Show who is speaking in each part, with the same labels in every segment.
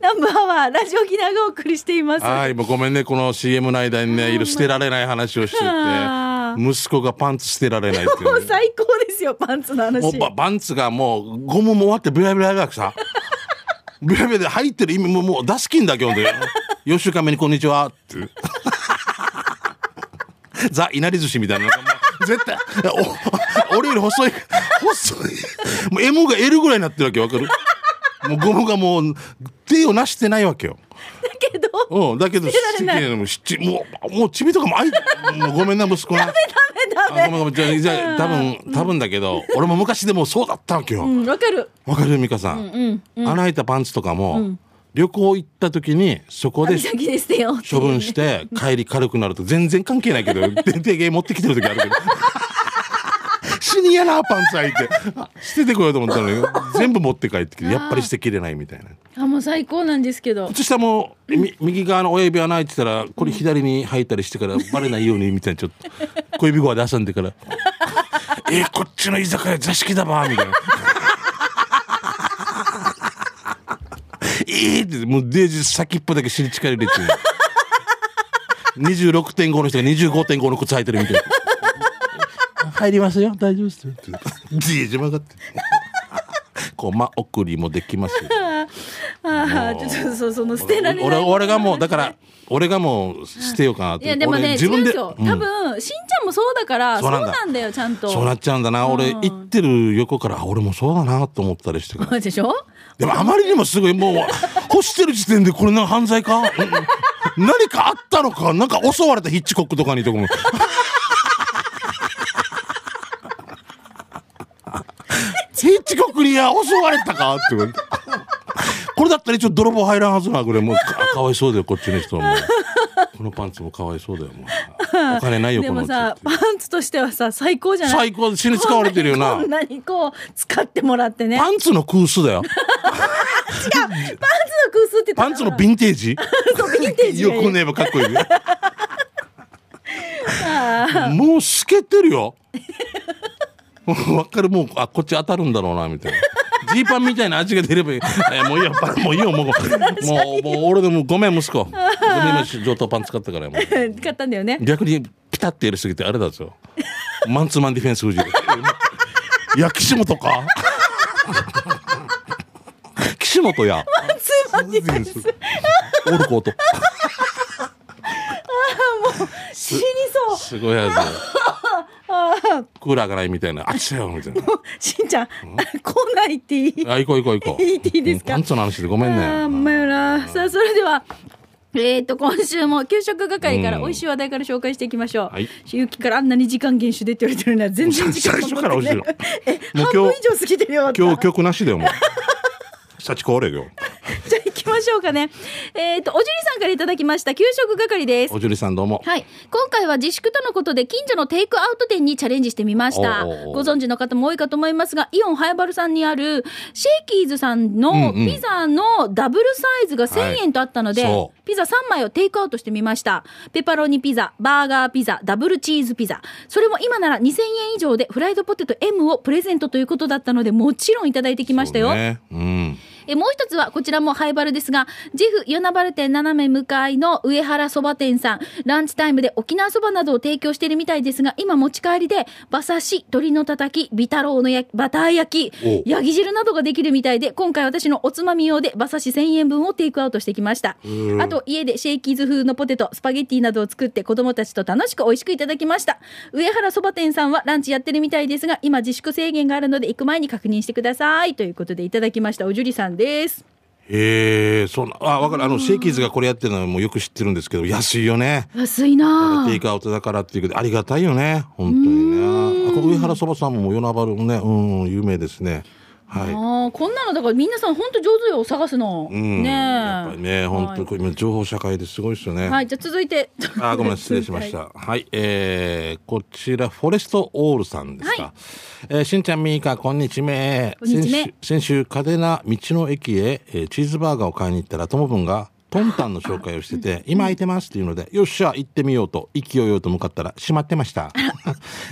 Speaker 1: ナンバーはラジオギナーがお送りしてい ます。
Speaker 2: はい、もうごめんね、この CM の間にね、いる捨てられない話をしてて
Speaker 1: あ、
Speaker 2: 息子がパンツ捨てられない ってい
Speaker 1: もう
Speaker 2: うね、
Speaker 1: 最高ですよ、パンツの
Speaker 2: も
Speaker 1: 話
Speaker 2: う。ばパンツがもうゴムも割ってブラブラだ くさ。ブラブラで入ってる意味ももう出すきんだけどね。4週間目にこんにちはって。 ザ・いなり寿司みたいな。絶対、お俺より細い、細い。もう M が L ぐらいになってるわけわかるもうゴムがもう手をなしてないわけよ。
Speaker 1: だけど、ダ
Speaker 2: うん、だけど、
Speaker 1: 捨てられない
Speaker 2: 七も七もう、もう、ちびとかも、あい、もうごめんな、息子な。
Speaker 1: メダメ
Speaker 2: あごめんごめん、じゃあ、じゃあ、多分、多分だけど、俺も昔でもそうだったわけよ。わ、
Speaker 1: うん、わかる。
Speaker 2: かる美香さん。穴開いたパンツとかも、旅行行った時に、そこで
Speaker 1: 先に捨てようっていう
Speaker 2: 処分して、帰り軽くなると全然関係ない けど、電停芸持ってきてる時あるけど。死にやな、パンツ開いて。あ捨ててこようと思ったのに、全部持って帰ってきて、やっぱり捨てきれないみたいな。
Speaker 1: あ、もう最高なんですけど。
Speaker 2: 靴下もみ右側の親指穴開いてたらこれ左に入ったりしてからバレないようにみたいなちょっと小指側で挟んでから 「えこっちの居酒屋座敷だば」みたいな 「ええってもうデージ先っぽだけ尻力入れて26.5の人が25.5の靴履いてるみたいな「入りますよ大丈夫ですよ」ってデージ曲がってこうま送りもできますよ
Speaker 1: ああ、ちょっと、そう、その捨てられない。
Speaker 2: 俺俺がもうだから俺がもう捨てようかなって
Speaker 1: いや、でも
Speaker 2: 俺
Speaker 1: ね、
Speaker 2: 自
Speaker 1: 違う
Speaker 2: 分
Speaker 1: んで
Speaker 2: です
Speaker 1: よ。
Speaker 2: うん
Speaker 1: 多分、しんちゃんもそうだから、そ
Speaker 2: そう
Speaker 1: う
Speaker 2: なんだ
Speaker 1: なんだよ、ちゃんと。
Speaker 2: そうなっちゃうんだな俺行ってる横からあ俺もそうだなと思ったりしてから
Speaker 1: でしょ
Speaker 2: でもあまりにもすごいもう干してる時点でこれな犯罪かうん何かあったのかなんか襲われたヒッチコックとかにとかもヒッチコックにいや襲われたかって言われてこれだったら一応泥棒入らんはずなぐらいもうかかわいそうだよこっちの人はもうこのパンツもかわいそうだよもうお金ないよ
Speaker 1: で
Speaker 2: この
Speaker 1: も
Speaker 2: や
Speaker 1: さ
Speaker 2: つ、
Speaker 1: パンツとしてはさ、最高じゃない
Speaker 2: 最高死に使われてるよな
Speaker 1: こんなにこう、使ってもらってね。パ
Speaker 2: パ
Speaker 1: ン
Speaker 2: ンツの空数だよ
Speaker 1: ツの空数って言ったら
Speaker 2: パンツのヴィンテージ
Speaker 1: そうヴィンテージがいい
Speaker 2: よくねえばかっこいいね。もう透けてるよ。わかるもうあこっち当たるんだろうなみたいな。ジーパンみたいな味が出ればいい。えもういいよパンもういいよもうもうもう俺でもごめん息子。ごめん今上等パン使ったからもう
Speaker 1: 買ったんだよね。
Speaker 2: 逆にピタッてやりすぎてあれだぞ。 マンツーマンディフェンス藤井。焼き本か。 岸本や。
Speaker 1: つまり、
Speaker 2: オルコート。
Speaker 1: 死にそう。
Speaker 2: すごいやつ。クーラーがないみたいな。あっちだよみたいな。
Speaker 1: しんちゃん、来ないっていい。
Speaker 2: あ、行こう行こう行こう。
Speaker 1: いいっていいですか
Speaker 2: うんパンツの話でごめん
Speaker 1: あー
Speaker 2: ね。
Speaker 1: まよな。さあ、それでは。えー、と今週も給食係から美味しい話題から紹介していきましょう。
Speaker 2: はい
Speaker 1: ゆきからあんなに時間厳守でって言われてるのは全然時間
Speaker 2: 最初から美味しいの
Speaker 1: え
Speaker 2: もう今
Speaker 1: 半
Speaker 2: 日
Speaker 1: 分以上過ぎてるよ
Speaker 2: 今日曲なしだよ、もう。シャチコーレよ。
Speaker 1: じゃあ行きましょうかね。えっ、と、おじりさんからいただきました、給食係です。
Speaker 2: おじゅりさんどうも。
Speaker 1: はい。今回は自粛とのことで近所のテイクアウト店にチャレンジしてみました。
Speaker 2: おうおうおう
Speaker 1: ご存知の方も多いかと思いますが、イオンハイバルさんにあるシェイキーズさんの
Speaker 2: うんうん
Speaker 1: ピザのダブルサイズが1000円とあったので、
Speaker 2: はいそう
Speaker 1: ピザ3枚をテイクアウトしてみました。ペパロニピザ、バーガーピザ、ダブルチーズピザ。それも今なら2000円以上でフライドポテト M をプレゼントということだったので、もちろんいただいてきましたよ。
Speaker 2: そうねうん。
Speaker 1: えもう一つはこちらもハイバルですが、ジェフ与那原店斜め向かいの上原そば店さん、ランチタイムで沖縄そばなどを提供しているみたいですが、今持ち帰りで、馬刺し、鶏のたたき、ビタロウのやバター焼
Speaker 2: お
Speaker 1: き、ヤギ汁などができるみたいで、今回私のおつまみ用で馬刺し1000円分をテイクアウトしてきました。あと家でシェイキーズ風のポテト、スパゲッティなどを作って子供たちと楽しく美味しくいただきました。上原そば店さんはランチやってるみたいですが、今自粛制限があるので行く前に確認してください。ということでいただきましたおじゅりさんです。
Speaker 2: へえ、そんな、あ、わかる。あの、シェイキーズがこれやってるのはもうよく知ってるんですけど、安いよね。
Speaker 1: 安いな
Speaker 2: テイクアウトだからっていうけど、ありがたいよね。本当にね。あこの上原そばさんも与那原もね、うん、有名ですね。はい。
Speaker 1: ああこんなのだから皆さん本当上手よ探すの、
Speaker 2: うん、
Speaker 1: ねえ
Speaker 2: やっぱりね、本当にこれ今情報社会ですごいですよね。
Speaker 1: はい、はいじゃあ続いて
Speaker 2: あーごめん失礼しまし
Speaker 1: は
Speaker 2: た。はい、えー、こちらフォレストオールさんですか。
Speaker 1: は
Speaker 2: えーしんちゃんみーかこんにちめ。
Speaker 1: こんにちめ
Speaker 2: 先週先週嘉手納道の駅へ、えーチーズバーガーを買いに行ったらともぶんが。ポンタンの紹介をしてて、今空いてますっていうので、よっしゃ、行ってみようと、勢いよと向かったら、閉まってました。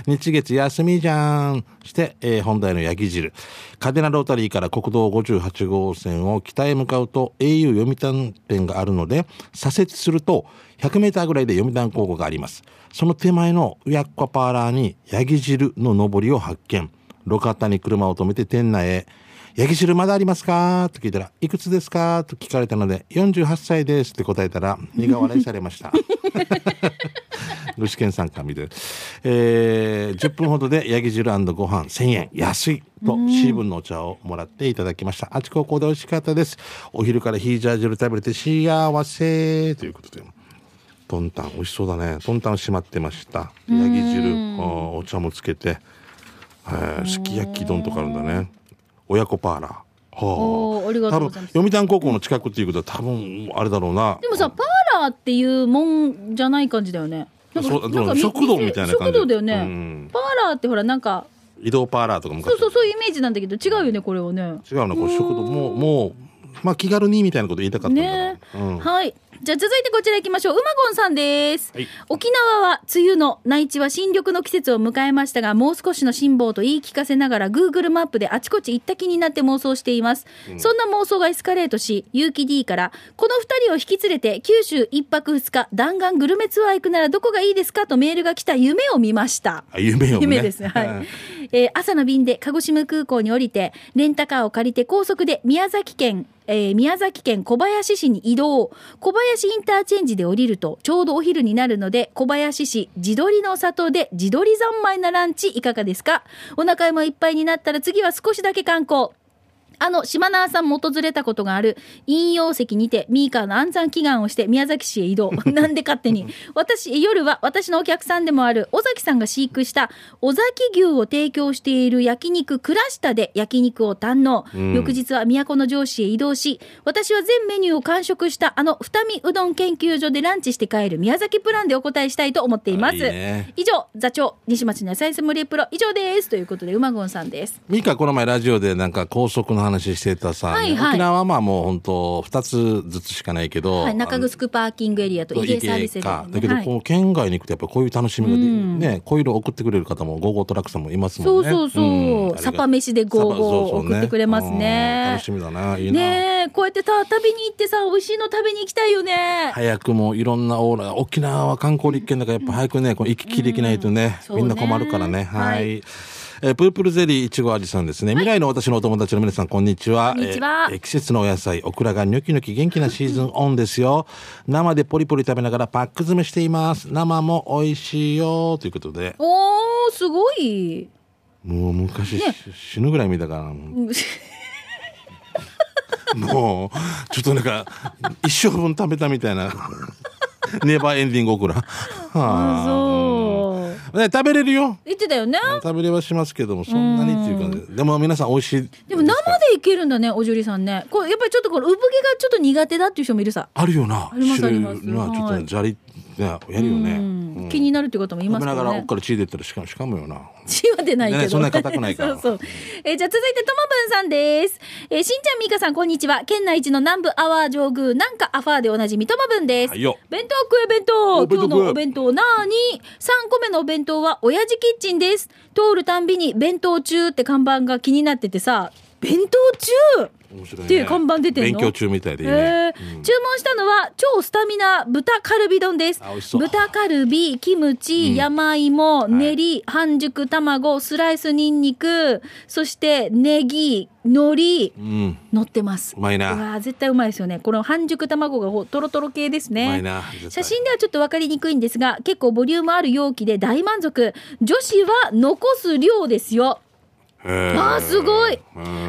Speaker 2: 日月休みじゃん。して、えー本題の焼き汁。カデナロータリーから国道58号線を北へ向かうと、au 読谷店があるので、左折すると、100メーターぐらいで読谷高校があります。その手前のウヤッコパーラーに、ヤギ汁の上りを発見。路肩に車を止めて店内へ。ヤギ汁まだありますかと聞いたら、いくつですかと聞かれたので、48歳ですって答えたら、苦笑いされました。具志堅さんかみたいな、えー10分ほどでヤギ汁ご飯1000円安いとシーブンのお茶をもらっていただきましたあちここで美味しかったですお昼からヒージャー汁食べれて幸せということでトンタン美味しそうだねトンタン閉まってましたヤギ汁あーお茶もつけて、えーすき焼き丼とかあるんだね親子パーラーはあ
Speaker 1: おーありがと
Speaker 2: 多
Speaker 1: うご
Speaker 2: 分
Speaker 1: ざいます
Speaker 2: 読谷高校の近くっていうことは多分あれだろうな
Speaker 1: でもさパーラーっていうもんじゃない感じだよねなんか
Speaker 2: そう
Speaker 1: なん
Speaker 2: どう
Speaker 1: かみ
Speaker 2: 食堂みたいな感じ
Speaker 1: 食堂だよね、
Speaker 2: うん
Speaker 1: パーラーってほらなんか
Speaker 2: 移動パーラーとか昔
Speaker 1: そうそうそういうイメージなんだけど違うよねこれはね
Speaker 2: 違うな、これ食堂もう、もう、まあ気軽にみたいなこと言いたかったんだな
Speaker 1: ね、
Speaker 2: うん。
Speaker 1: はいじゃあ続いてこちら行きましょううまごんさんです、
Speaker 2: はい
Speaker 1: 沖縄は梅雨の内地は新緑の季節を迎えましたがもう少しの辛抱と言い聞かせながら Google マップであちこち行った気になって妄想しています、そんな妄想がエスカレートし結城 D からこの2人を引き連れて九州1泊2日弾丸グルメツアー行くならどこがいいですかとメールが来た夢を見ました
Speaker 2: あ夢よ、ね。
Speaker 1: 夢ですね。はい。えー朝の便で鹿児島空港に降りて、レンタカーを借りて高速で宮崎県、えー宮崎県小林市に移動。小林インターチェンジで降りると、ちょうどお昼になるので、小林市地鶏の里で地鶏三昧なランチいかがですかお腹もいっぱいになったら次は少しだけ観光。あの、島縄さんも訪れたことがある、引用石にて、ミーカーの安産祈願をして、宮崎市へ移動。 なんで勝手に。私、夜は、私のお客さんでもある、尾崎さんが飼育した、尾崎牛を提供している焼肉、倉下で焼肉を堪能。翌日は、都の上司へ移動し、私は全メニューを完食した、あの、二見うどん研究所でランチして帰る、宮崎プランでお答えしたいと思っています。
Speaker 2: あいいね
Speaker 1: 以上、座長、西町の野菜ソムリエプロ、以上です。ということで、うまごんさんです。
Speaker 2: ミカこの前ラジオでなんか高速の話してたさ、
Speaker 1: はいはい
Speaker 2: 沖縄はまあもう本当二つずつしかないけど、
Speaker 1: はい、中
Speaker 2: あの
Speaker 1: 城パーキングエリアと
Speaker 2: そう
Speaker 1: イゲサービスエ
Speaker 2: 池
Speaker 1: リア
Speaker 2: か
Speaker 1: ね
Speaker 2: だけど、
Speaker 1: はい
Speaker 2: こう県外に行くとやっぱこういう楽しみがで、ね、こういうの送ってくれる方もゴーゴートラックさんもいま
Speaker 1: そ
Speaker 2: すもん
Speaker 1: う
Speaker 2: ね。
Speaker 1: そうそう、
Speaker 2: んありが
Speaker 1: サパ飯でゴーゴー
Speaker 2: サパそうそうね
Speaker 1: 送ってくれます
Speaker 2: うん
Speaker 1: ね
Speaker 2: 楽しみだな、いいな。
Speaker 1: ねえこうやってさ食べに行ってさ美味しいの食べに行きたいよ ね、
Speaker 2: 早くもいろんなオーラ沖縄は観光立県だからやっぱ早くねこう行き来できないとね、
Speaker 1: そうね
Speaker 2: みんな困るからねはい、
Speaker 1: は
Speaker 2: えープルプルゼリーいちご味さんですね、未来の私のお友達の皆さんこんにちは
Speaker 1: こんにちは
Speaker 2: えーえー季節のお野菜オクラがニョキニョキ元気なシーズンオンですよ生でポリポリ食べながらパック詰めしています生も美味しいよということで
Speaker 1: おーすご い
Speaker 2: もう昔、し死ぬぐらい見たからなもうもうちょっとなんか一生分食べたみ たいなネバーエンディングオクラはあ
Speaker 1: あそう
Speaker 2: ね、食べれるよ。
Speaker 1: 言ってたよね
Speaker 2: 食べれはしますけども、そんなにっていう感じで。でも皆さん美味しい。
Speaker 1: でも生でいけるんだねおじゅりさんねこうやっぱりちょっとこの産毛がちょっと苦手だっていう人もいるさ、
Speaker 2: あるよな。
Speaker 1: ります
Speaker 2: 種類
Speaker 1: あります
Speaker 2: な、ちょっと
Speaker 1: は
Speaker 2: ね
Speaker 1: い
Speaker 2: じゃり、ね、やるよね。
Speaker 1: うん気になるっていう方もいま
Speaker 2: 食
Speaker 1: す
Speaker 2: べ
Speaker 1: か
Speaker 2: ながら
Speaker 1: ら
Speaker 2: おっ
Speaker 1: ね
Speaker 2: から血出たらしかしかもよな。
Speaker 1: 血は出ないけど、
Speaker 2: ねそんなに硬くないから
Speaker 1: そうそうえーじゃあ続いてともぶんさんです、えーしんちゃんみーかさんこんにちは県内一の南部アワー上宮なんかアファーでおなじみともぶんです、
Speaker 2: はいよ
Speaker 1: 弁当食え弁当
Speaker 2: お弁
Speaker 1: 今日
Speaker 2: 当食え
Speaker 1: のお弁当なーに3個目のお弁当は親父キッチンです通るたんびに弁当中って看板が気になっててさ弁当中
Speaker 2: 面白い、ね。
Speaker 1: っていう看板出てんの
Speaker 2: 勉強中みたいでいい
Speaker 1: へえ。
Speaker 2: ね
Speaker 1: 注文したのは超スタミナ豚カルビ丼です
Speaker 2: あ美味しそう
Speaker 1: 豚カルビキムチ、山芋練り、半熟卵スライスニンニクそしてネギ海苔
Speaker 2: うん。
Speaker 1: 乗ってます
Speaker 2: うまいな
Speaker 1: うわー絶対うまいですよねこの半熟卵がほうトロトロ系ですね
Speaker 2: うまいな絶対
Speaker 1: 写真ではちょっと分かりにくいんですが結構ボリュームある容器で大満足女子は残す量ですよあ
Speaker 2: あ
Speaker 1: ーすごい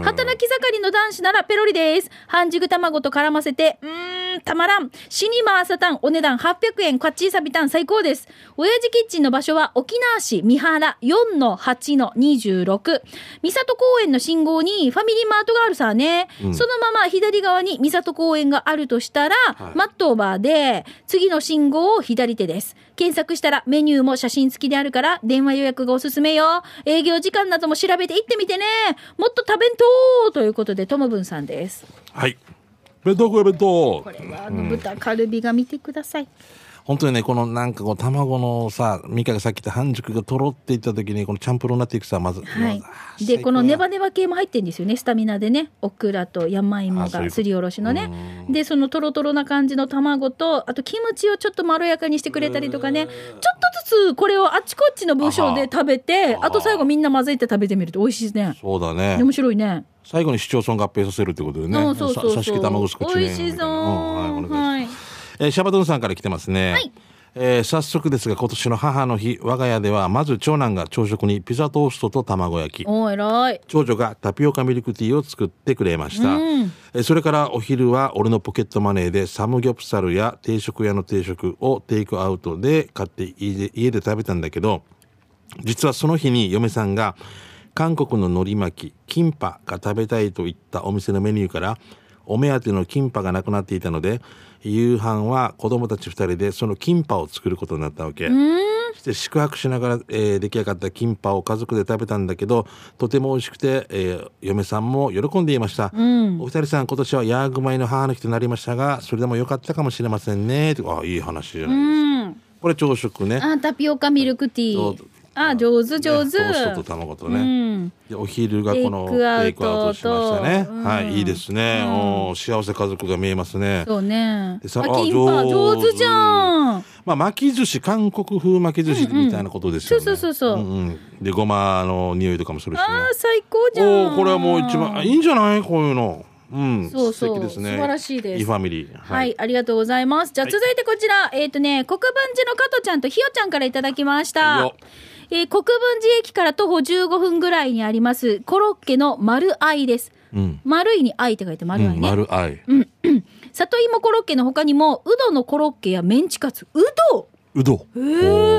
Speaker 1: 働
Speaker 2: き。
Speaker 1: き盛りの男子ならペロリです半熟卵と絡ませてうーんたまらんシニマーサタンお値段800円カッチーサビタン最高です親父キッチンの場所は沖縄市三原4の8の26三里公園の信号にファミリーマートがあるさね、そのまま左側に三里公園があるとしたら、
Speaker 2: い
Speaker 1: マットオーバーで次の信号を左手です検索したらメニューも写真付きであるから電話予約がおすすめよ営業時間なども調べて行ってみてねもっと食べんとーということでともぶんさんです
Speaker 2: はい。弁当食え弁当
Speaker 1: これはあの豚カルビが見てください。
Speaker 2: 本当にね、このなんかこう卵のさ、ミカがさっき言った半熟がとろっていった時に、このチャンプルーになっていくさ、まず。
Speaker 1: はい
Speaker 2: まあ。
Speaker 1: で、このネ。
Speaker 2: 最
Speaker 1: バネバ系も入ってんですよね。スタミナでね。オクラと山
Speaker 2: あ
Speaker 1: 芋
Speaker 2: そう
Speaker 1: が
Speaker 2: いうこと
Speaker 1: すりおろしのね。で、そのトロトロな感じの卵と、あとキムチをちょっとまろやかにしてくれたりとかね。ちょっとずつこれをあちこちの部署で食べて、
Speaker 2: は
Speaker 1: あと最後みんな混ぜて食べてみると美味しいですね。
Speaker 2: 高だそうだね
Speaker 1: 面。白いね。
Speaker 2: 最後に市町村合併させるってことでね。
Speaker 1: うんそうそうそう
Speaker 2: さしき卵すか
Speaker 1: 美味しそう。
Speaker 2: はい、お願いします。
Speaker 1: はい。
Speaker 2: えーシャバドゥンさんから来てますね。えー早速ですが今年の母の日我が家ではまず長男が朝食にピザトーストと卵焼き
Speaker 1: おー偉い。
Speaker 2: 長女がタピオカミルクティーを作ってくれました、えーそれからお昼は俺のポケットマネーでサムギョプサルや定食屋の定食をテイクアウトで買って家で家で食べたんだけど実はその日に嫁さんが韓国の海苔巻きキンパが食べたいと言ったお店のメニューからお目当てのキンパがなくなっていたので夕飯は子供たち2人でそのキンパを作ることになったわけそして宿泊しながら、えー出来上がったキンパを家族で食べたんだけどとても美味しくて、えー嫁さんも喜んでいました、お二人さん今年はヤーグマイの母の日となりましたがそれでも良かったかもしれませんねとあいい話じゃないですか、これ朝食ね
Speaker 1: あー、タピオカミルクティ
Speaker 2: そう
Speaker 1: ー。あー、上手上手。
Speaker 2: ねトーストと卵とね、
Speaker 1: うん。
Speaker 2: でお昼がこの
Speaker 1: テイクアウトと
Speaker 2: テイクアウトしましたね、
Speaker 1: うん
Speaker 2: はいいいですね、お幸せ家族が見えますね
Speaker 1: そうね。
Speaker 2: で
Speaker 1: あ、
Speaker 2: さあ
Speaker 1: キンパ
Speaker 2: 上
Speaker 1: 上
Speaker 2: 手
Speaker 1: 手じゃん。
Speaker 2: まあ巻き寿司韓国風巻き寿司みたいなことですよね、
Speaker 1: そうそうそうそうん
Speaker 2: うんでごまの匂いとかもするしね
Speaker 1: ああ、最高じゃん。
Speaker 2: おおこれはもう一番あいいんじゃないこういうのうん
Speaker 1: そうそう
Speaker 2: 素敵ですね
Speaker 1: 素晴らしいです
Speaker 2: いいファミリー
Speaker 1: はい、ありがとうございます。じゃあ続いてこちら、えっ、とね、国分寺の加藤ちゃんとひよちゃんからいただきまし
Speaker 2: いい
Speaker 1: た
Speaker 2: よ。
Speaker 1: えー国分寺駅から徒歩15分ぐらいにあります、コロッケの丸愛です。
Speaker 2: うん、
Speaker 1: 丸いに愛って書いて
Speaker 2: う
Speaker 1: 丸愛
Speaker 2: ん、
Speaker 1: ね。
Speaker 2: 丸愛、
Speaker 1: 里芋コロッケの他にも、うどのコロッケやメンチカツ、うど
Speaker 2: うどん
Speaker 1: へ
Speaker 2: お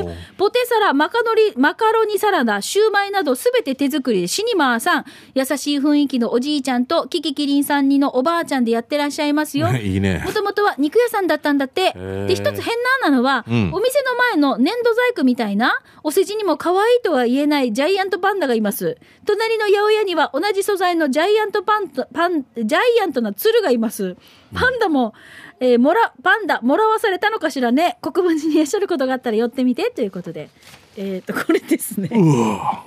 Speaker 2: ー
Speaker 1: えポテサラ、マカロリ、マカロニサラダ、シューマイなどすべて手作りで、シニマーさん、優しい雰囲気のおじいちゃんと、キキキリンさんにのおばあちゃんでやってらっしゃいますよ。
Speaker 2: い いね
Speaker 1: もともとは肉屋さんだったんだって。
Speaker 2: ー
Speaker 1: で、一つ変ななのは、
Speaker 2: うん
Speaker 1: お店の前の粘土細工みたいな、お世辞にも可愛いとは言えないジャイアントパンダがいます。隣の八百屋には同じ素材のジャイアントパンと、パン、ジャイアントな鶴がいます。パンダも、えーもら、パンダ、もらわされたのかしらね。国分寺にいらっしゃることがあったら寄ってみて、ということで。えっ、と、これですね。
Speaker 2: うわ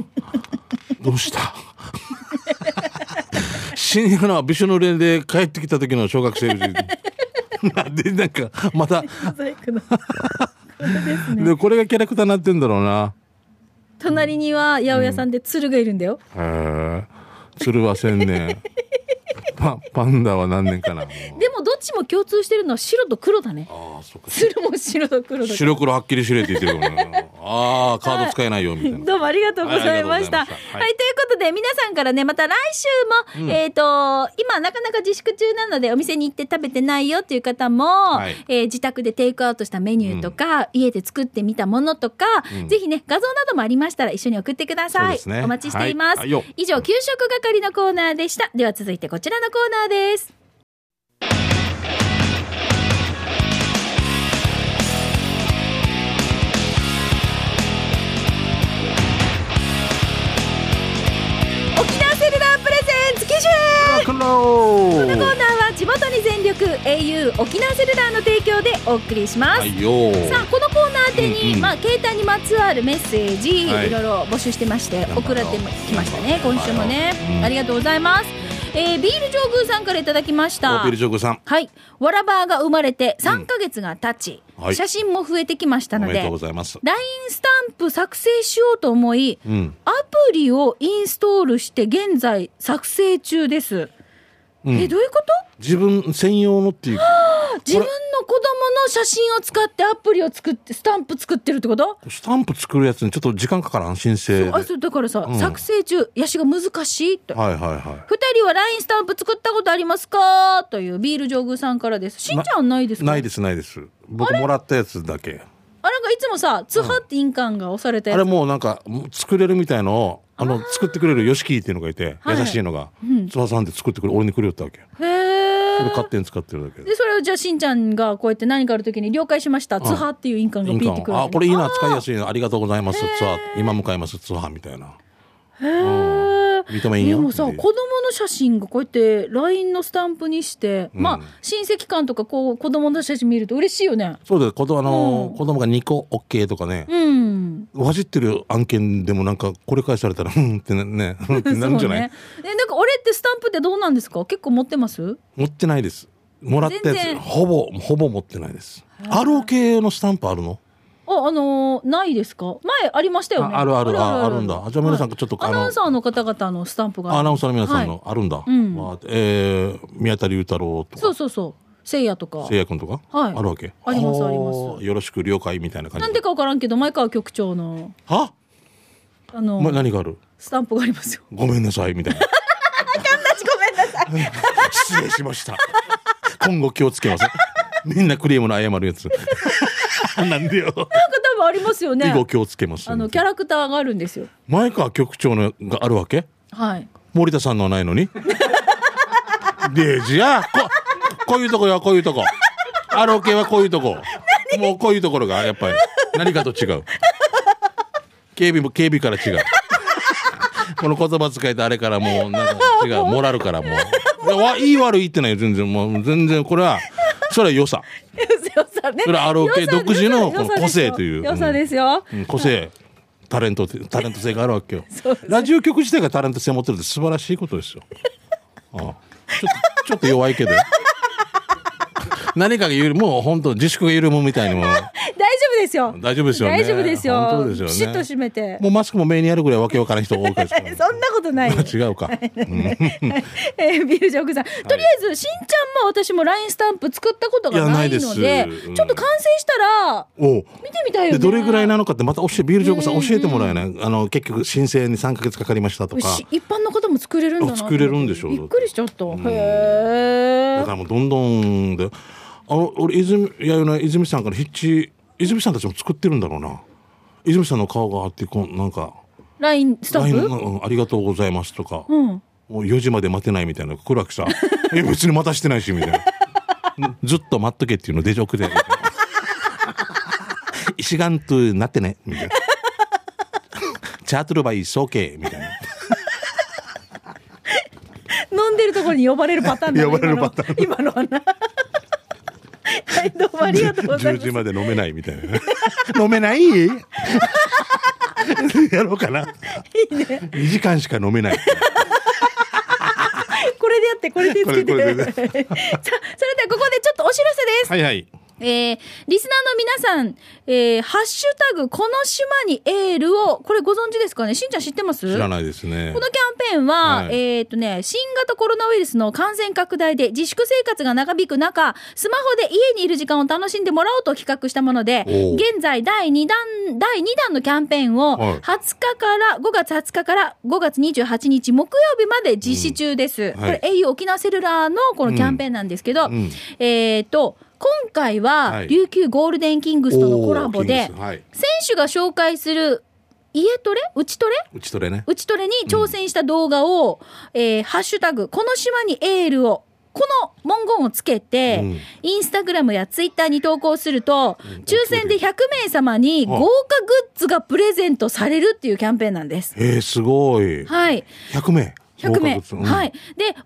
Speaker 2: どうした 新宿のびしょ濡れで帰ってきた時の小学生なんでなんかまた
Speaker 1: 細工のこれですね。
Speaker 2: でこれがキャラクターになってんだろうな
Speaker 1: 隣には八百屋さんで鶴がいるんだよ。
Speaker 2: へえ鶴は千年パパンダは何年かな
Speaker 1: でもどっちも共通してるのは白と黒だね。
Speaker 2: ああそっか
Speaker 1: 鶴も白と黒だから
Speaker 2: 白黒はっきりしれって言ってるもんねああカード使えないよみたいな
Speaker 1: どうもありがとうございました。
Speaker 2: は
Speaker 1: はいい、
Speaker 2: ありがとうございました
Speaker 1: はいということで、皆さんからね、また来週も、えっ、と、今、なかなか自粛中なので、お店に行って食べてないよっていう方も、
Speaker 2: い
Speaker 1: えー自宅でテイクアウトしたメニューとか、家で作ってみたものとか、ぜひね、画像などもありましたら、一緒に送ってくだ
Speaker 2: そう
Speaker 1: さ
Speaker 2: で
Speaker 1: い。
Speaker 2: すね
Speaker 1: お待ちしています。
Speaker 2: はいあよ
Speaker 1: 以上、給食係のコーナーでした。では、続いてこちらのコーナーです。沖縄セルラープレゼンツ、給食
Speaker 2: ロックンロ
Speaker 1: このコーナ
Speaker 2: ー
Speaker 1: ーは地元に全力 au 沖縄セルラーの提供でお送りします。
Speaker 2: はいよ
Speaker 1: さあこのコーナー宛てに、
Speaker 2: うんうん
Speaker 1: まあ、携帯にまつわるメッセージ、
Speaker 2: はい
Speaker 1: い、ろいろ募集してまして
Speaker 2: 張ろう
Speaker 1: 送られてきましたね
Speaker 2: 頑張ろう
Speaker 1: 今週もね、
Speaker 2: うん
Speaker 1: ありがとうございます、えービール上宮さんからいただきました
Speaker 2: オペルジョグさん
Speaker 1: はいわらばーが生まれて3ヶ月が経ち、
Speaker 2: はい
Speaker 1: 写真も増えてきました
Speaker 2: お
Speaker 1: の
Speaker 2: めで
Speaker 1: で
Speaker 2: とうございます
Speaker 1: LINE スタンプ作成しようと思い、
Speaker 2: うん
Speaker 1: アプリをインストールして現在作成中です、
Speaker 2: うん
Speaker 1: えどういうこと
Speaker 2: 自分専用のっていう
Speaker 1: 自分の子供の写真を使ってアプリを作ってスタンプ作ってるってこと
Speaker 2: スタンプ作るやつにちょっと時間かからん申請では
Speaker 1: あ
Speaker 2: い
Speaker 1: そうだからさ、
Speaker 2: うん
Speaker 1: 作成中ヤシが難しいと、
Speaker 2: はいは
Speaker 1: 二人は LINE スタンプ作ったことありますかというビール上宮さんからですしんちゃんはないです
Speaker 2: い
Speaker 1: か
Speaker 2: ないですないです僕もらったやつだけ
Speaker 1: あなんかいつもさツハって印鑑が押された
Speaker 2: あ
Speaker 1: やつ、
Speaker 2: れもうなんかもう作れるみたいのをあの作ってくれるヨシキーっていうのがいて
Speaker 1: はい
Speaker 2: 優しいのが「つばさん」って作ってくれ俺にくれよったわけ
Speaker 1: へ
Speaker 2: そ
Speaker 1: え
Speaker 2: れ勝手に使ってるだけ
Speaker 1: でそれをじゃあしんちゃんがこうやって何かある時に了解しましたツハっていう印鑑がピーってくるわけね
Speaker 2: あこれいいな使いやすいなありがとうございますツアー今向かいますツアーみたいな
Speaker 1: へー
Speaker 2: 認めん
Speaker 1: で
Speaker 2: よ
Speaker 1: もさ子
Speaker 2: っていう
Speaker 1: 供の写真がこうやって LINE のスタンプにして、
Speaker 2: うん
Speaker 1: まあ親戚間とかこう子供の写真見ると嬉しいよね
Speaker 2: そうだよ子供あのー
Speaker 1: うん
Speaker 2: 子供が2個 OK とかね、
Speaker 1: うん
Speaker 2: 走ってる案件でもなんかこれ返されたらうんってねう んってなるんじゃない、
Speaker 1: そうね、えなんか俺ってスタンプってどうなんですか結構持ってます
Speaker 2: 持ってないですもらった
Speaker 1: 全
Speaker 2: やつ
Speaker 1: 然
Speaker 2: ほぼほぼ持ってないですアロー系のスタンプあるの
Speaker 1: ああのーないですか前ありましたよね
Speaker 2: ああるあるああるんだあじゃあ皆さんちょっと
Speaker 1: はい
Speaker 2: あの
Speaker 1: アナウンサーの方々のスタンプがある
Speaker 2: アナウンサーの皆さん
Speaker 1: は
Speaker 2: のあるんだ、
Speaker 1: うん
Speaker 2: わーえー宮田龍太郎
Speaker 1: い
Speaker 2: と
Speaker 1: そう
Speaker 2: か
Speaker 1: そうそうせいやとか
Speaker 2: せいや君とか、
Speaker 1: はい
Speaker 2: あるわけ
Speaker 1: ありますあります
Speaker 2: ほーよろしく了解みたいな感じ
Speaker 1: なんでかわからんけど前川局長の
Speaker 2: は
Speaker 1: あの
Speaker 2: お前何がある
Speaker 1: スタンプがありますよ
Speaker 2: ごめんなさいみたいな
Speaker 1: ごめんなさい
Speaker 2: 失礼しました今後気をつけますみんなクレームの謝 るやつなんでよ
Speaker 1: なんか多分ありますよね
Speaker 2: 以後気をつけます
Speaker 1: あのキャラクターがあるんですよ
Speaker 2: 前川局長のがあるわけ
Speaker 1: はい
Speaker 2: 森田さんのはないのにデジやここういうとこよこういうとこアロケはこういうとこもうこういうところがやっぱり何かと違う警備も警備から違うこの言葉遣いとあれからもうなんか違うモラルからもういやわいい悪い言ってないよ全然もう全然これはそれは良さ
Speaker 1: よさね
Speaker 2: それは ROK
Speaker 1: 良さ
Speaker 2: 独自のこの
Speaker 1: 良さですよ
Speaker 2: 個性という
Speaker 1: 良さですよ、
Speaker 2: うん個性タレントってタレント性があるわけよ
Speaker 1: そうですね
Speaker 2: ラジオ局自体がタレント性持ってるって素晴らしいことです よああちょっとちょっと弱いけど 何かが緩むもう本当自粛が緩むみたいにも
Speaker 1: 大丈夫ですよ
Speaker 2: 大丈夫ですよね
Speaker 1: 大丈夫ですよ
Speaker 2: 本当ですよね
Speaker 1: ピシッと締めて
Speaker 2: もうマスクも目にやるぐらいわけわからない人多いですから
Speaker 1: そんなことないよ
Speaker 2: 違うか
Speaker 1: えービールジョークさん、とりあえずしんちゃんも私も LINE スタンプ作ったことが
Speaker 2: いや
Speaker 1: な
Speaker 2: ない
Speaker 1: い
Speaker 2: で
Speaker 1: の
Speaker 2: す
Speaker 1: で
Speaker 2: うん
Speaker 1: ちょっと完成したら
Speaker 2: おう
Speaker 1: 見てみたいよね
Speaker 2: でどれぐらいなのかってまた教えビールジョークさん
Speaker 1: ねえ
Speaker 2: 教えてもらえない、あの結局申請に3か月かかりましたとか
Speaker 1: し一般の方も作れるんだなと思って
Speaker 2: 作れるんでしょう
Speaker 1: びっくりしちゃった、へえ
Speaker 2: だからもうどんどんであの俺泉弥生の泉さんからヒッチ泉さんたちも作ってるんだろうな泉さんの顔があってこうなんか
Speaker 1: LINE スタン
Speaker 2: LINE
Speaker 1: プ
Speaker 2: のうんありがとうございます」とか、
Speaker 1: うん
Speaker 2: もう4時まで待てない」みたいなのが来るわけさ「 え別に待たしてないし」みたいな 「ずっと待っとけ」っていうの出ジョークで 「石岩となってね」みたいな 「チャートルバイ総計」みたいな。
Speaker 1: 飲んでるところに呼ばれるパターンだ、ね、
Speaker 2: 呼ばれるパタ
Speaker 1: ーン今のはなはいどうもありがとうござい
Speaker 2: 10
Speaker 1: ます
Speaker 2: 時まで飲めないみたい なね飲めない やろうかな2時間しか飲めない
Speaker 1: これでやってこれでつけて
Speaker 2: これこれで
Speaker 1: さあそれではここでちょっとお知らせです
Speaker 2: はいはい
Speaker 1: えーリスナーの皆さん、えーハッシュタグ、この島にエールを、これご存知ですかねしんちゃん知ってます
Speaker 2: 知らないですね
Speaker 1: このキャンペーンは、
Speaker 2: はい
Speaker 1: えーっとね、新型コロナウイルスの感染拡大で自粛生活が長引く中、スマホで家にいる時間を楽しんでもらおうと企画したもので、
Speaker 2: おう
Speaker 1: 現在第2弾、第2弾のキャンペーンを、
Speaker 2: はい
Speaker 1: 20日から、5月20日から5月28日木曜日まで実施中です。
Speaker 2: ん
Speaker 1: こ
Speaker 2: はい
Speaker 1: れ、au 沖縄セルラーのこのキャンペーンなんですけど、
Speaker 2: んうん
Speaker 1: えーっと、今回は、
Speaker 2: はい
Speaker 1: 琉球ゴールデンキングスとのコラボ
Speaker 2: おー
Speaker 1: で
Speaker 2: キング、スはい
Speaker 1: 選手が紹介する家トレ内トレ
Speaker 2: うちとれね
Speaker 1: 打ち取れに挑戦した動画を、えーハッシュタグ、この島にエールを、この文言をつけて、
Speaker 2: うん
Speaker 1: インスタグラムやツイッターに投稿すると、抽選で100名様に
Speaker 2: は
Speaker 1: 豪華
Speaker 2: あ
Speaker 1: グッズがプレゼントされるっていうキャンペーンなんです。
Speaker 2: えー、すごい
Speaker 1: はい。
Speaker 2: 100名
Speaker 1: 100名。
Speaker 2: 合格うん
Speaker 1: はい。で、応募の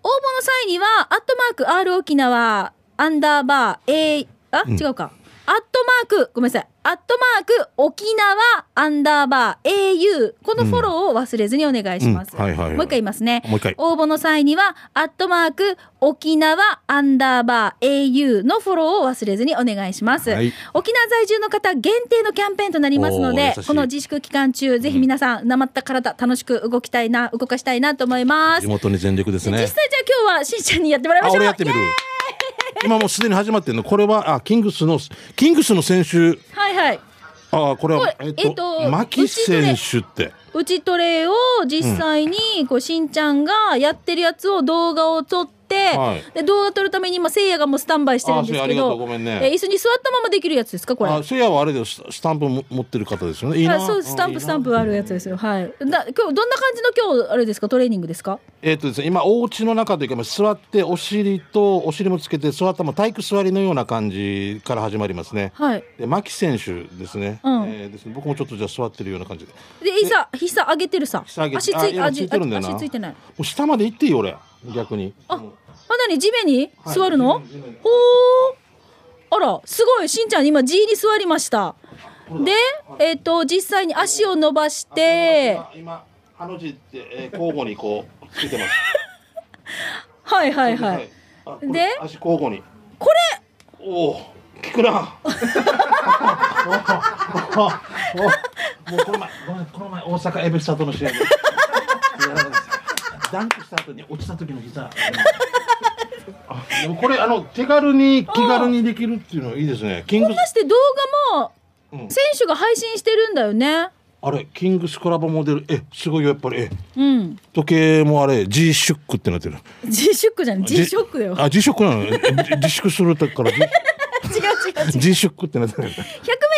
Speaker 1: 際には、アットマーク R 沖縄、アンダーバー、A、あ、
Speaker 2: ん
Speaker 1: 違うか。アットマーク、ごめんなさい。アットマーク、沖縄、アンダーバー、au。このフォローを忘れずにお願いします。
Speaker 2: うんはいはいはい
Speaker 1: もう一回言いますね。
Speaker 2: もう一回
Speaker 1: 応募の際には、アットマーク、沖縄、アンダーバー、au のフォローを忘れずにお願いします。
Speaker 2: はい
Speaker 1: 沖縄在住の方限定のキャンペーンとなりますの
Speaker 2: お
Speaker 1: で
Speaker 2: ー優しい、
Speaker 1: この自粛期間中、ぜひ皆さん、なまった体、楽しく動きたいな、動かしたいなと思います。
Speaker 2: 地元に全力ですね
Speaker 1: 実際じゃあ今日はしんちゃんにやってもらいま
Speaker 2: あ
Speaker 1: しょう。
Speaker 2: 俺やってみる
Speaker 1: イエーイ
Speaker 2: 今もうすでに始まってるのこれはあキングスのキングスの選手
Speaker 1: はいはい。
Speaker 2: あこれは
Speaker 1: これえっと
Speaker 2: 牧選手って
Speaker 1: うちトレを実際に、こう、しんちゃんがやってるやつを動画を撮って、て、
Speaker 2: はい
Speaker 1: で動画撮るために今せいやがもうスタンバイしてるんです
Speaker 2: あせいやあ
Speaker 1: け
Speaker 2: りがと
Speaker 1: ど
Speaker 2: うごめんね
Speaker 1: え椅子に座ったままできるやつですかこれ
Speaker 2: あ、せいやはあれだよ、ススタンプも持ってる方ですよね。いいな。
Speaker 1: あそうスタン
Speaker 2: あいい
Speaker 1: プ
Speaker 2: な
Speaker 1: スタンプあるやつですよはいだ今日どんな感じの今日あれですかトレーニングですか
Speaker 2: えっ、とですね、今お家の中というか、まあ座ってお尻とお尻もつけて座ったもう体育座りのような感じから始まりますね。
Speaker 1: はい
Speaker 2: で、牧選手ですね。
Speaker 1: うん
Speaker 2: えーですね僕もちょっとじゃあ座ってるような感じで。
Speaker 1: で膝膝上げてるさ
Speaker 2: 下上げ
Speaker 1: 足つ
Speaker 2: あ
Speaker 1: い
Speaker 2: 今
Speaker 1: 足
Speaker 2: ついてるんだよな
Speaker 1: 足ついてない
Speaker 2: もう下まで行っていい俺。逆に。
Speaker 1: あまだに地面に
Speaker 2: はい
Speaker 1: 座るの、
Speaker 2: 地面地面
Speaker 1: ほーあらすごいしんちゃん今 G に座りましたでえっ、と実際に足を伸ばして
Speaker 2: 今今ハの字って、えー交互にこうつけてます。
Speaker 1: はいはいはい、
Speaker 2: あ。これ
Speaker 1: で
Speaker 2: 足交互に。
Speaker 1: これ
Speaker 2: おお、聞くな。おおおもうこの前、ごめんこの前大阪エベスタとの試合 で。ダンクした後に落ちた時の膝。あでもこれあの手軽に気軽にできるっていうのはいいですね。キン
Speaker 1: こ
Speaker 2: グ
Speaker 1: んなして動画
Speaker 2: う
Speaker 1: も
Speaker 2: ん
Speaker 1: 選手が配信してるんだよね
Speaker 2: あれキングスクラブモデルえすごいよやっぱりえ
Speaker 1: うん
Speaker 2: 時計もあれ G ショックってなってる。
Speaker 1: G ショックじゃん G ショックだよ違
Speaker 2: あ G ショックなの。え自粛するだから G-
Speaker 1: う 違う
Speaker 2: G ショックってなってる。
Speaker 1: 100名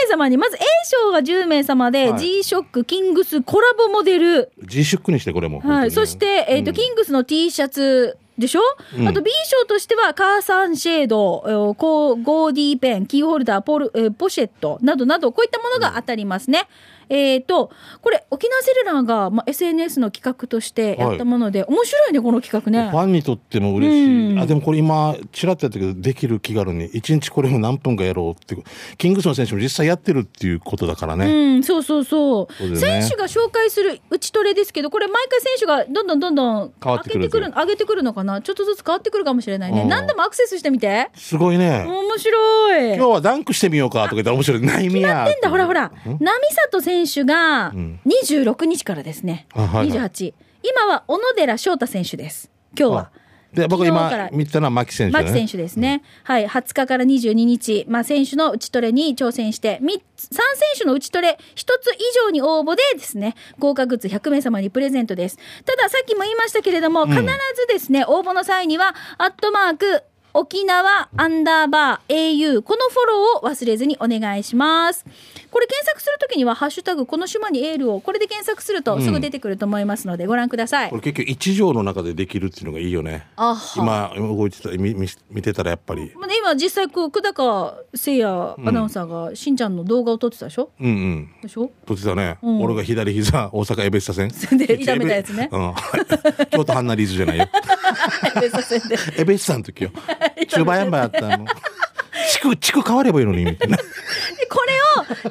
Speaker 1: 様にまず A 賞が10名様で、
Speaker 2: はい
Speaker 1: G ショックキングスコラボモデル、
Speaker 2: G ショックにしてこれも。本当
Speaker 1: はい、
Speaker 2: に
Speaker 1: そして、えーとキングスの T シャツでしょ、あと B 賞としてはカーサンシェードえーこうゴーディーペンキーホルダーポル、えーポシェットなどなどこういったものが当たりますね。えー、とこれ沖縄セルラーが、まあ、SNS の企画としてやったもので、面白いねこの企画ね。
Speaker 2: ファンにとっても嬉しい、
Speaker 1: うん
Speaker 2: あでもこれ今ちらっとやったけどできる気軽に一日これも何分かやろうってキングスの選手も実際やってるっていうことだからね、
Speaker 1: うん、そうそうそう
Speaker 2: そうだよね
Speaker 1: 選手が紹介する打ち取れですけど、これ毎回選手がどんどんどんどん
Speaker 2: 変わってく
Speaker 1: 上
Speaker 2: る
Speaker 1: げてくる、上げてくるのかな。ちょっとずつ変わってくるかもしれないね。
Speaker 2: うん
Speaker 1: 何でもアクセスしてみて。
Speaker 2: すごいね、
Speaker 1: 面白い。
Speaker 2: 今日はダンクしてみようかとか言ったら面白いないみや
Speaker 1: やってんだ、ほらほら。波里選手が
Speaker 2: ん
Speaker 1: 26日からですね。
Speaker 2: あはいはい
Speaker 1: 28。今は小野寺翔太選手です。今日は。
Speaker 2: で僕
Speaker 1: 昨日から
Speaker 2: 今見たのは牧選手、ね、
Speaker 1: 牧選手ですね、はい、20日から22日、まあ、選手の打ちトレに挑戦して、3, つ三選手の打ちトレ1つ以上に応募でですね、豪華グッズ100名様にプレゼントです。ただ、さっきも言いましたけれども、必ずですね、応募の際には、アットマーク、沖縄アンダーバー au このフォローを忘れずにお願いします。これ検索するときには、ハッシュタグこの島にエールをこれで検索するとすぐ出てくると思いますので、ご覧ください。
Speaker 2: これ結局一条の中でできるっていうのがいいよね
Speaker 1: あは
Speaker 2: 今今動いてた見見見てたらやっぱり
Speaker 1: まあね、今実際こう久高誠也アナウンサーがしんちゃんの動画を撮ってたでしょ、
Speaker 2: うんうん
Speaker 1: で しょ
Speaker 2: 撮ってたね、
Speaker 1: うん
Speaker 2: 俺が左膝大阪エベッサ戦
Speaker 1: で痛めたやつね
Speaker 2: うん 京都ハンナリーズじゃないよ
Speaker 1: はいさせて
Speaker 2: エベスさんの 時よ。中盤やんばやったの。地区、地区変わればいいのに、みたいな。
Speaker 1: でこれをツイッターの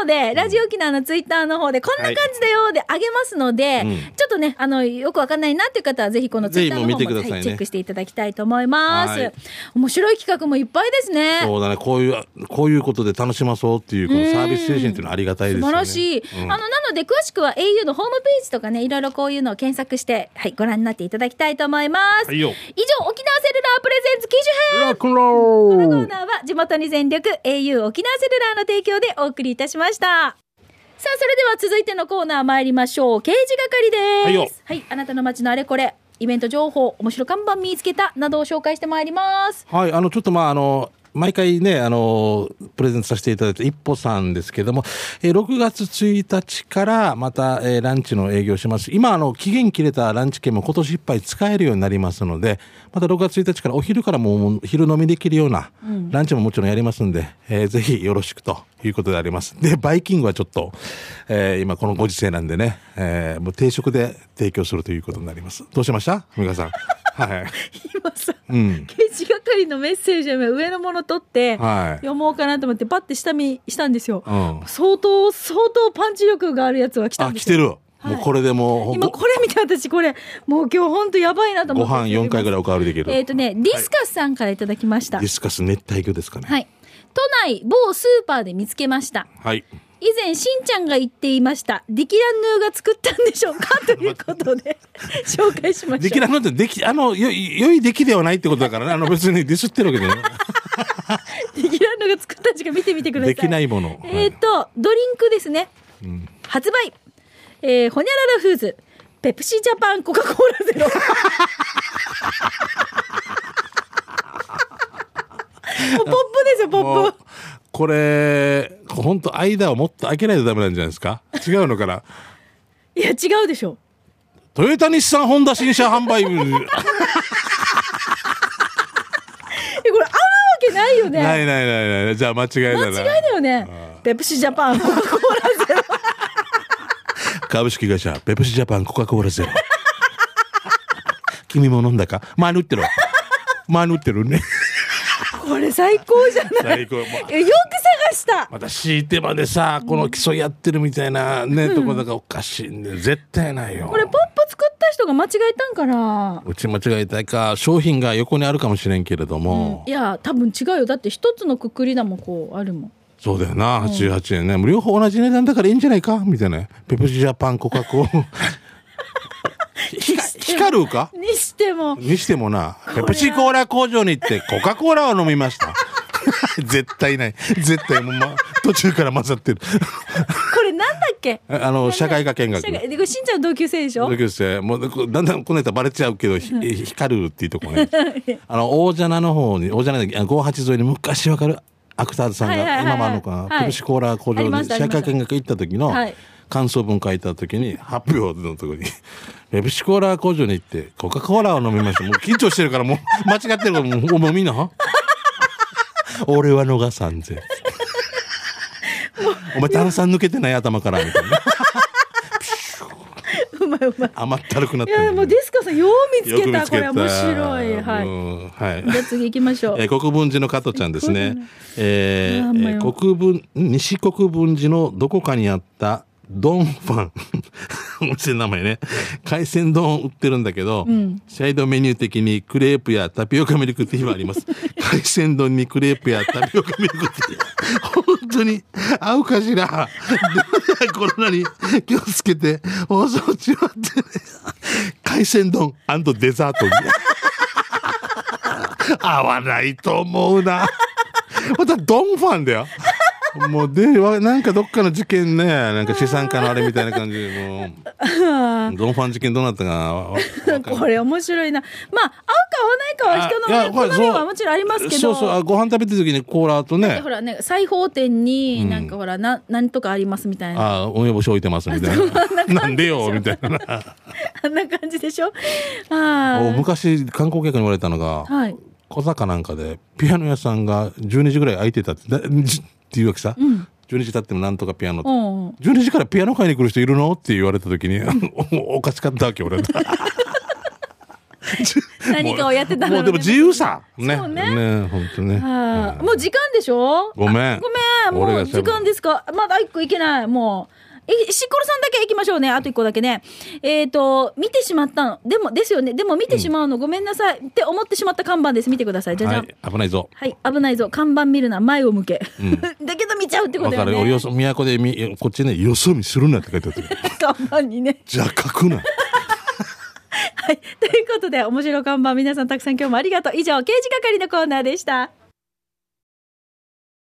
Speaker 1: 方で、ラジオ沖縄のツイッターの方で、こんな感じだよであげますので、
Speaker 2: うん
Speaker 1: ちょっとね、あの、よくわかんないなっていう方は、ぜひこのツイッターの方も
Speaker 2: ぜひもう見てくださいね
Speaker 1: はいチェックしていただきたいと思いま
Speaker 2: は
Speaker 1: す
Speaker 2: い。
Speaker 1: 面白い企画もいっぱいですね。
Speaker 2: そうだね、こういう、こういうことで楽しまそうっていう、このサービス精神っていうのはありがたいです
Speaker 1: 素
Speaker 2: よね。
Speaker 1: 晴らしい、
Speaker 2: うん
Speaker 1: あのなので詳しくは au のホームページとかねいろいろこういうのを検索して、はい、ご覧になっていただきたいと思います、
Speaker 2: はい
Speaker 1: 以
Speaker 2: よ
Speaker 1: 上沖縄セルラープレゼンツ機種編
Speaker 2: ロックン
Speaker 1: こ
Speaker 2: ロ
Speaker 1: のコー
Speaker 2: ール
Speaker 1: ナーは地元に全力 au 沖縄セルラーの提供でお送りいたしましたさあそれでは続いてのコーナー参りましょう刑事係です
Speaker 2: はいよ
Speaker 1: はい、あなたの街のあれこれイベント情報面白看板見つけたなどを紹介してまいります
Speaker 2: はい、あの、ちょっとまあ、あの、毎回ね、あの、プレゼントさせていただいた一歩さんですけども、えー6月1日からまた、えーランチの営業します。今、あの、期限切れたランチ券も今年いっぱい使えるようになりますので、また6月1日からお昼からもう昼飲みできるような、ランチももちろんやりますんで、えーぜひよろしくということであります。で、バイキングはちょっと、えー今このご時世なんでね、えーもう定食で提供するということになります。どうしました美香さん。はい。
Speaker 1: 今さ
Speaker 2: うん。
Speaker 1: 刑事係のメッセージを今上のもの取って、
Speaker 2: はい。
Speaker 1: 読もうかなと思ってパッて下見したんですよ、
Speaker 2: うん
Speaker 1: 相当相当パンチ力があるやつは来た
Speaker 2: あ、
Speaker 1: んで
Speaker 2: 来
Speaker 1: すよ
Speaker 2: てる。
Speaker 1: はい
Speaker 2: もうこれでもう
Speaker 1: 今これ見て私これもう今日ほんとやばいなと
Speaker 2: ご
Speaker 1: 思
Speaker 2: ご
Speaker 1: って
Speaker 2: 飯4回ぐらい
Speaker 1: い
Speaker 2: おかわりできる。
Speaker 1: えっ、とねディスカスさんからいただきました
Speaker 2: ディスカス熱帯魚ですかね。
Speaker 1: はい都内某スーパーで見つけました
Speaker 2: はい。
Speaker 1: 以前しんちゃんが言っていましたディキランヌーが作ったんでしょうか ということで紹介しま
Speaker 2: で
Speaker 1: し
Speaker 2: き
Speaker 1: ょう
Speaker 2: なのって、でき、あの、よい、良い出来ではないってことだからね。あの、別にディスってるわけ じゃない。
Speaker 1: ディキランヌーが作った時間見てみてください
Speaker 2: できないもの。
Speaker 1: えっ、と、ドリンクですね。発売。えー、ホニャララフーズ。ペプシジャパンコカ・コー ラゼロもうポップですよポ
Speaker 2: も
Speaker 1: ッ
Speaker 2: う
Speaker 1: プ
Speaker 2: これ本当間をもっと開けないとダメなんじゃないですか違うのかな
Speaker 1: いや違うでしょ
Speaker 2: トヨタ日産ホンダ新車 販売
Speaker 1: えこれ合うわけないよね
Speaker 2: ないないないないじゃあ間違いだ
Speaker 1: 間違
Speaker 2: な
Speaker 1: いだよねペプシジャパンコカ・コーラゼロ
Speaker 2: 株式会社ペプシジャパンコカ・コーラゼロ君も飲んだか前に打ってるわ前に打ってるね
Speaker 1: これ最高じゃない
Speaker 2: 最高もう
Speaker 1: えよく探した
Speaker 2: また敷いてまでさこの競い合ってるみたいなね、とこだからおかしいんで絶対ないよ
Speaker 1: これポップ作った人が間違えたんかな
Speaker 2: うち間違えたいか商品が横にあるかもしれんけれども、
Speaker 1: いや多分違うよだって一つのくくりだもんこうあるもん
Speaker 2: そうだよな88円ね、もう両方同じ値段だからいいんじゃないかみたいなペプシジャパンコカ・ コー光るか
Speaker 1: にしても
Speaker 2: にしてもな、ペプシコーラ工場に行ってコカ・コーラを飲み ました。絶対ない。絶対もう、ま、途中から混 ざってる。
Speaker 1: これなんだっけ
Speaker 2: あの、社会科見学
Speaker 1: 社。会でこれしんちゃんの同級生でしょ
Speaker 2: 同級生、もう、こうだんだんこのネタバレちゃうけど、ひ光るっていうと こね。あの、大ジャナの方に、大ジャナで、58沿いに昔わかるアクターズさんが、
Speaker 1: はいはいはいはい
Speaker 2: 今もあるのか
Speaker 1: は
Speaker 2: な、
Speaker 1: い
Speaker 2: ペプシコーラ工
Speaker 1: あ
Speaker 2: 場
Speaker 1: りま
Speaker 2: に
Speaker 1: したあり
Speaker 2: 社
Speaker 1: ました
Speaker 2: 会科見学行った時の
Speaker 1: はい、
Speaker 2: 感想文書いた時に、発表のとこに、 ペプシコーラ工場に行って、コカ・コーラを飲みました。もう緊張してるから、もう、間違ってるから、もう、もうみんな、 俺は逃さ んぜ。お前、炭酸抜けてない頭から、みたいな。
Speaker 1: うまいうまい
Speaker 2: 甘ったるくな
Speaker 1: い
Speaker 2: ってる
Speaker 1: やもうディスカさんよう見つ
Speaker 2: よ
Speaker 1: け
Speaker 2: く
Speaker 1: た
Speaker 2: 見つ
Speaker 1: こ
Speaker 2: け
Speaker 1: れ
Speaker 2: た。
Speaker 1: 面白いはい
Speaker 2: うんはい。
Speaker 1: じゃあ次行きましょう
Speaker 2: えー国分寺の加藤ちゃんですね。え
Speaker 1: あんま
Speaker 2: ーえ
Speaker 1: よ
Speaker 2: ー国分ん西国分寺のどこかにあったドンファン お店の名前ね海鮮丼を売ってるんだけど、サイドメニュー的にクレープやタピオカミルクティーはあ ります海鮮丼にクレープやタピオカミルクティー本当に合うかしらどうだコロナに気をつけて放送中はってね海鮮丼デザートに合わないと思うな。 またドンファンだよ。もうでわなんかどっかの事件ねなんか資産家のあれみたいな感じでもうドンファン事件どうなったかなわわかん
Speaker 1: これ面白いなまあ合うか合わないかは人
Speaker 2: あいや
Speaker 1: の
Speaker 2: これ
Speaker 1: 好み
Speaker 2: そ
Speaker 1: は
Speaker 2: う
Speaker 1: もちろんありますけど
Speaker 2: そうそうあご飯食べてる時にコーラと
Speaker 1: で
Speaker 2: ね
Speaker 1: ほらなんか裁縫店になんかほら、ななんとかありますみたいな
Speaker 2: あ梅干し置いてますみたいななんでよみたいな
Speaker 1: あんな感じでしょあ
Speaker 2: お昔観光客に言われたの
Speaker 1: あ
Speaker 2: が、
Speaker 1: はい
Speaker 2: 小坂なんかでピアノ屋さんが12時ぐらい空いてたってだじっていうわけさ、12時経ってもなんとかピアノって
Speaker 1: うんうん
Speaker 2: 12時からピアノ買いに来る人いるのって言われた時に おおかしかったわけ俺
Speaker 1: 何かをやってたの
Speaker 2: もうでも自由さね
Speaker 1: そうね
Speaker 2: ね本当ね
Speaker 1: あーもう時間でしょ
Speaker 2: ごめん
Speaker 1: あごめん
Speaker 2: 俺
Speaker 1: もう
Speaker 2: が
Speaker 1: 時間ですかまだ一個いけないもうえシコルさんだけ行きましょうねあと一個だけねえっ、と見てしまったのでもですよねでも見てしまうのごめんなさい、って思ってしまった看板です見てくださいじゃじゃ
Speaker 2: は
Speaker 1: ん
Speaker 2: い危ないぞ
Speaker 1: はい、危ないぞ看板見るな前を向け、 だけど見ちゃうってこ
Speaker 2: わ
Speaker 1: と
Speaker 2: か
Speaker 1: よ
Speaker 2: るよ
Speaker 1: ね
Speaker 2: よそ都でみこっちねよそ見するなって書いてあっ た
Speaker 1: 看板にね
Speaker 2: じゃ書くな
Speaker 1: はいということで面白看板皆さんたくさん今日もありがとう以上刑事係のコーナーでした